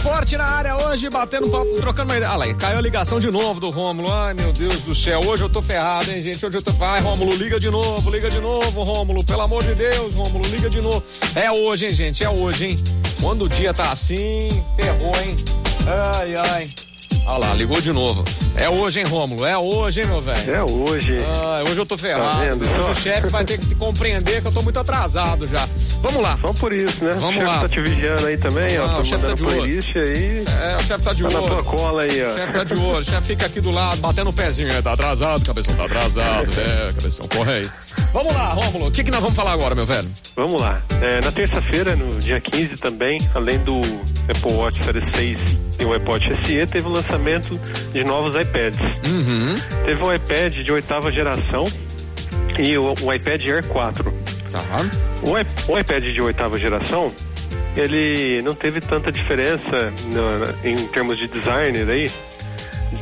forte na área hoje, batendo papo, trocando uma ideia. Ah lá, caiu a ligação de novo do Rômulo. Ai, meu Deus do céu. Hoje eu tô ferrado, hein, gente? Hoje eu tô. Vai, Rômulo, liga de novo, liga de novo, Rômulo. Pelo amor de Deus, Rômulo, liga de novo. É hoje, hein, gente? É hoje, hein? Quando o dia tá assim, ferrou, hein? Ai, ai. Ah lá, ligou de novo. É hoje, hein, Rômulo? É hoje, hein, meu velho? É hoje. Ah, hoje eu tô ferrado. Tá vendo? hoje o chefe vai ter que compreender que eu tô muito atrasado já. Vamos lá. Só por isso, né? Vamos o chefe lá. tá te vigiando aí também, Não, ó. o Tá chefe tá mandando de olho. playlist aí. É, o chefe tá de Tá na olho. tua cola aí, O chefe ó. tá de olho, o chefe fica aqui do lado, batendo o pezinho. É, tá atrasado, cabeção tá atrasado, né? Cabeção, corre aí. Vamos lá, Rômulo, o que, que nós vamos falar agora, meu velho? Vamos lá. É, na terça-feira, no dia 15 também, além do Apple Watch Series 6 e o iPod SE, teve o lançamento de novos iPads. Uhum. Teve um iPad de oitava geração e o, o iPad Air 4. Tá. O, i- o iPad de oitava geração, ele não teve tanta diferença na- em termos de design aí,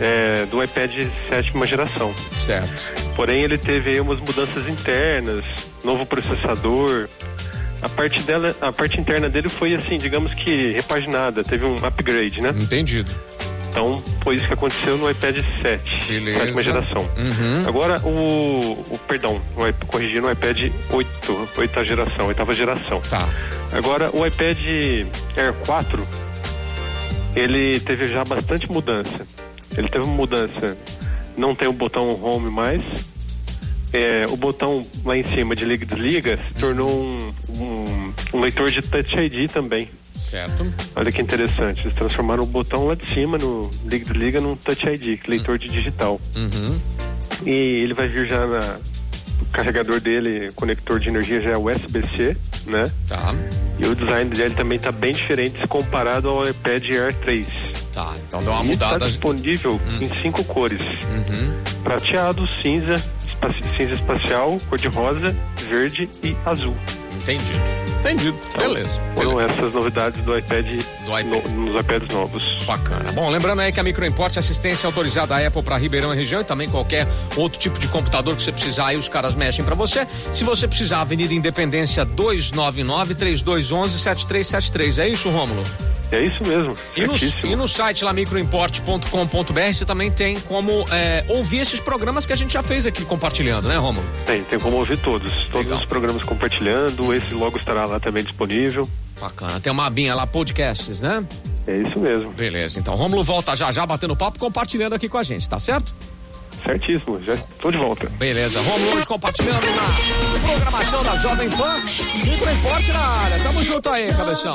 é, do iPad sétima geração. Certo. Porém, ele teve aí umas mudanças internas, novo processador. A parte, dela, a parte interna dele foi assim, digamos que repaginada, teve um upgrade, né? Entendido. Então, foi isso que aconteceu no iPad 7, Beleza. Uhum. sétima geração. Agora, o, o- Perdão, o i- corrigindo, o iPad 8, oitava geração, oitava geração. Tá. Agora, o iPad Air 4, ele teve já bastante mudança. Ele teve uma mudança. Não tem o botão home mais. É, o botão lá em cima de liga e desliga se tornou um, um- um leitor de Touch ID também. Certo. Olha que interessante. Eles transformaram o botão lá de cima no liga e desliga num Touch ID, leitor de digital. uhum, E ele vai vir já na... O carregador dele, conector de energia já é USB-C, né? Tá. E o design dele também tá bem diferente se comparado ao iPad Air 3. Tá. Então deu uma E tá mudada. disponível Hum. em cinco cores: Uhum. prateado, cinza, espaci- cinza espacial, cor de rosa, verde e azul. Entendido. Entendido. Então, Beleza. Foram Beleza. essas novidades do iPad, Do iPad. no- nos iPads novos. Bacana. Bom, lembrando aí que a Microimport é assistência autorizada à Apple para Ribeirão e região e também qualquer outro tipo de computador que você precisar, aí os caras mexem para você. Se você precisar, Avenida Independência 299 3211 7373. É isso, Rômulo? É isso mesmo. E no, certíssimo. e no site lá microimport.com.br você também tem como é, ouvir esses programas que a gente já fez aqui compartilhando, né, Rômulo? Tem, tem como ouvir todos. Todos Legal. Hum. os programas compartilhando. Esse logo estará lá também disponível. Bacana. Tem uma abinha lá, podcasts, né? É isso mesmo. Beleza. Então, Rômulo volta já já batendo papo, compartilhando aqui com a gente, tá certo? Certíssimo. Já estou de volta. Beleza. Rômulo hoje compartilhando na programação da Jovem Pan. Microimport na área. Tamo junto aí, cabeção.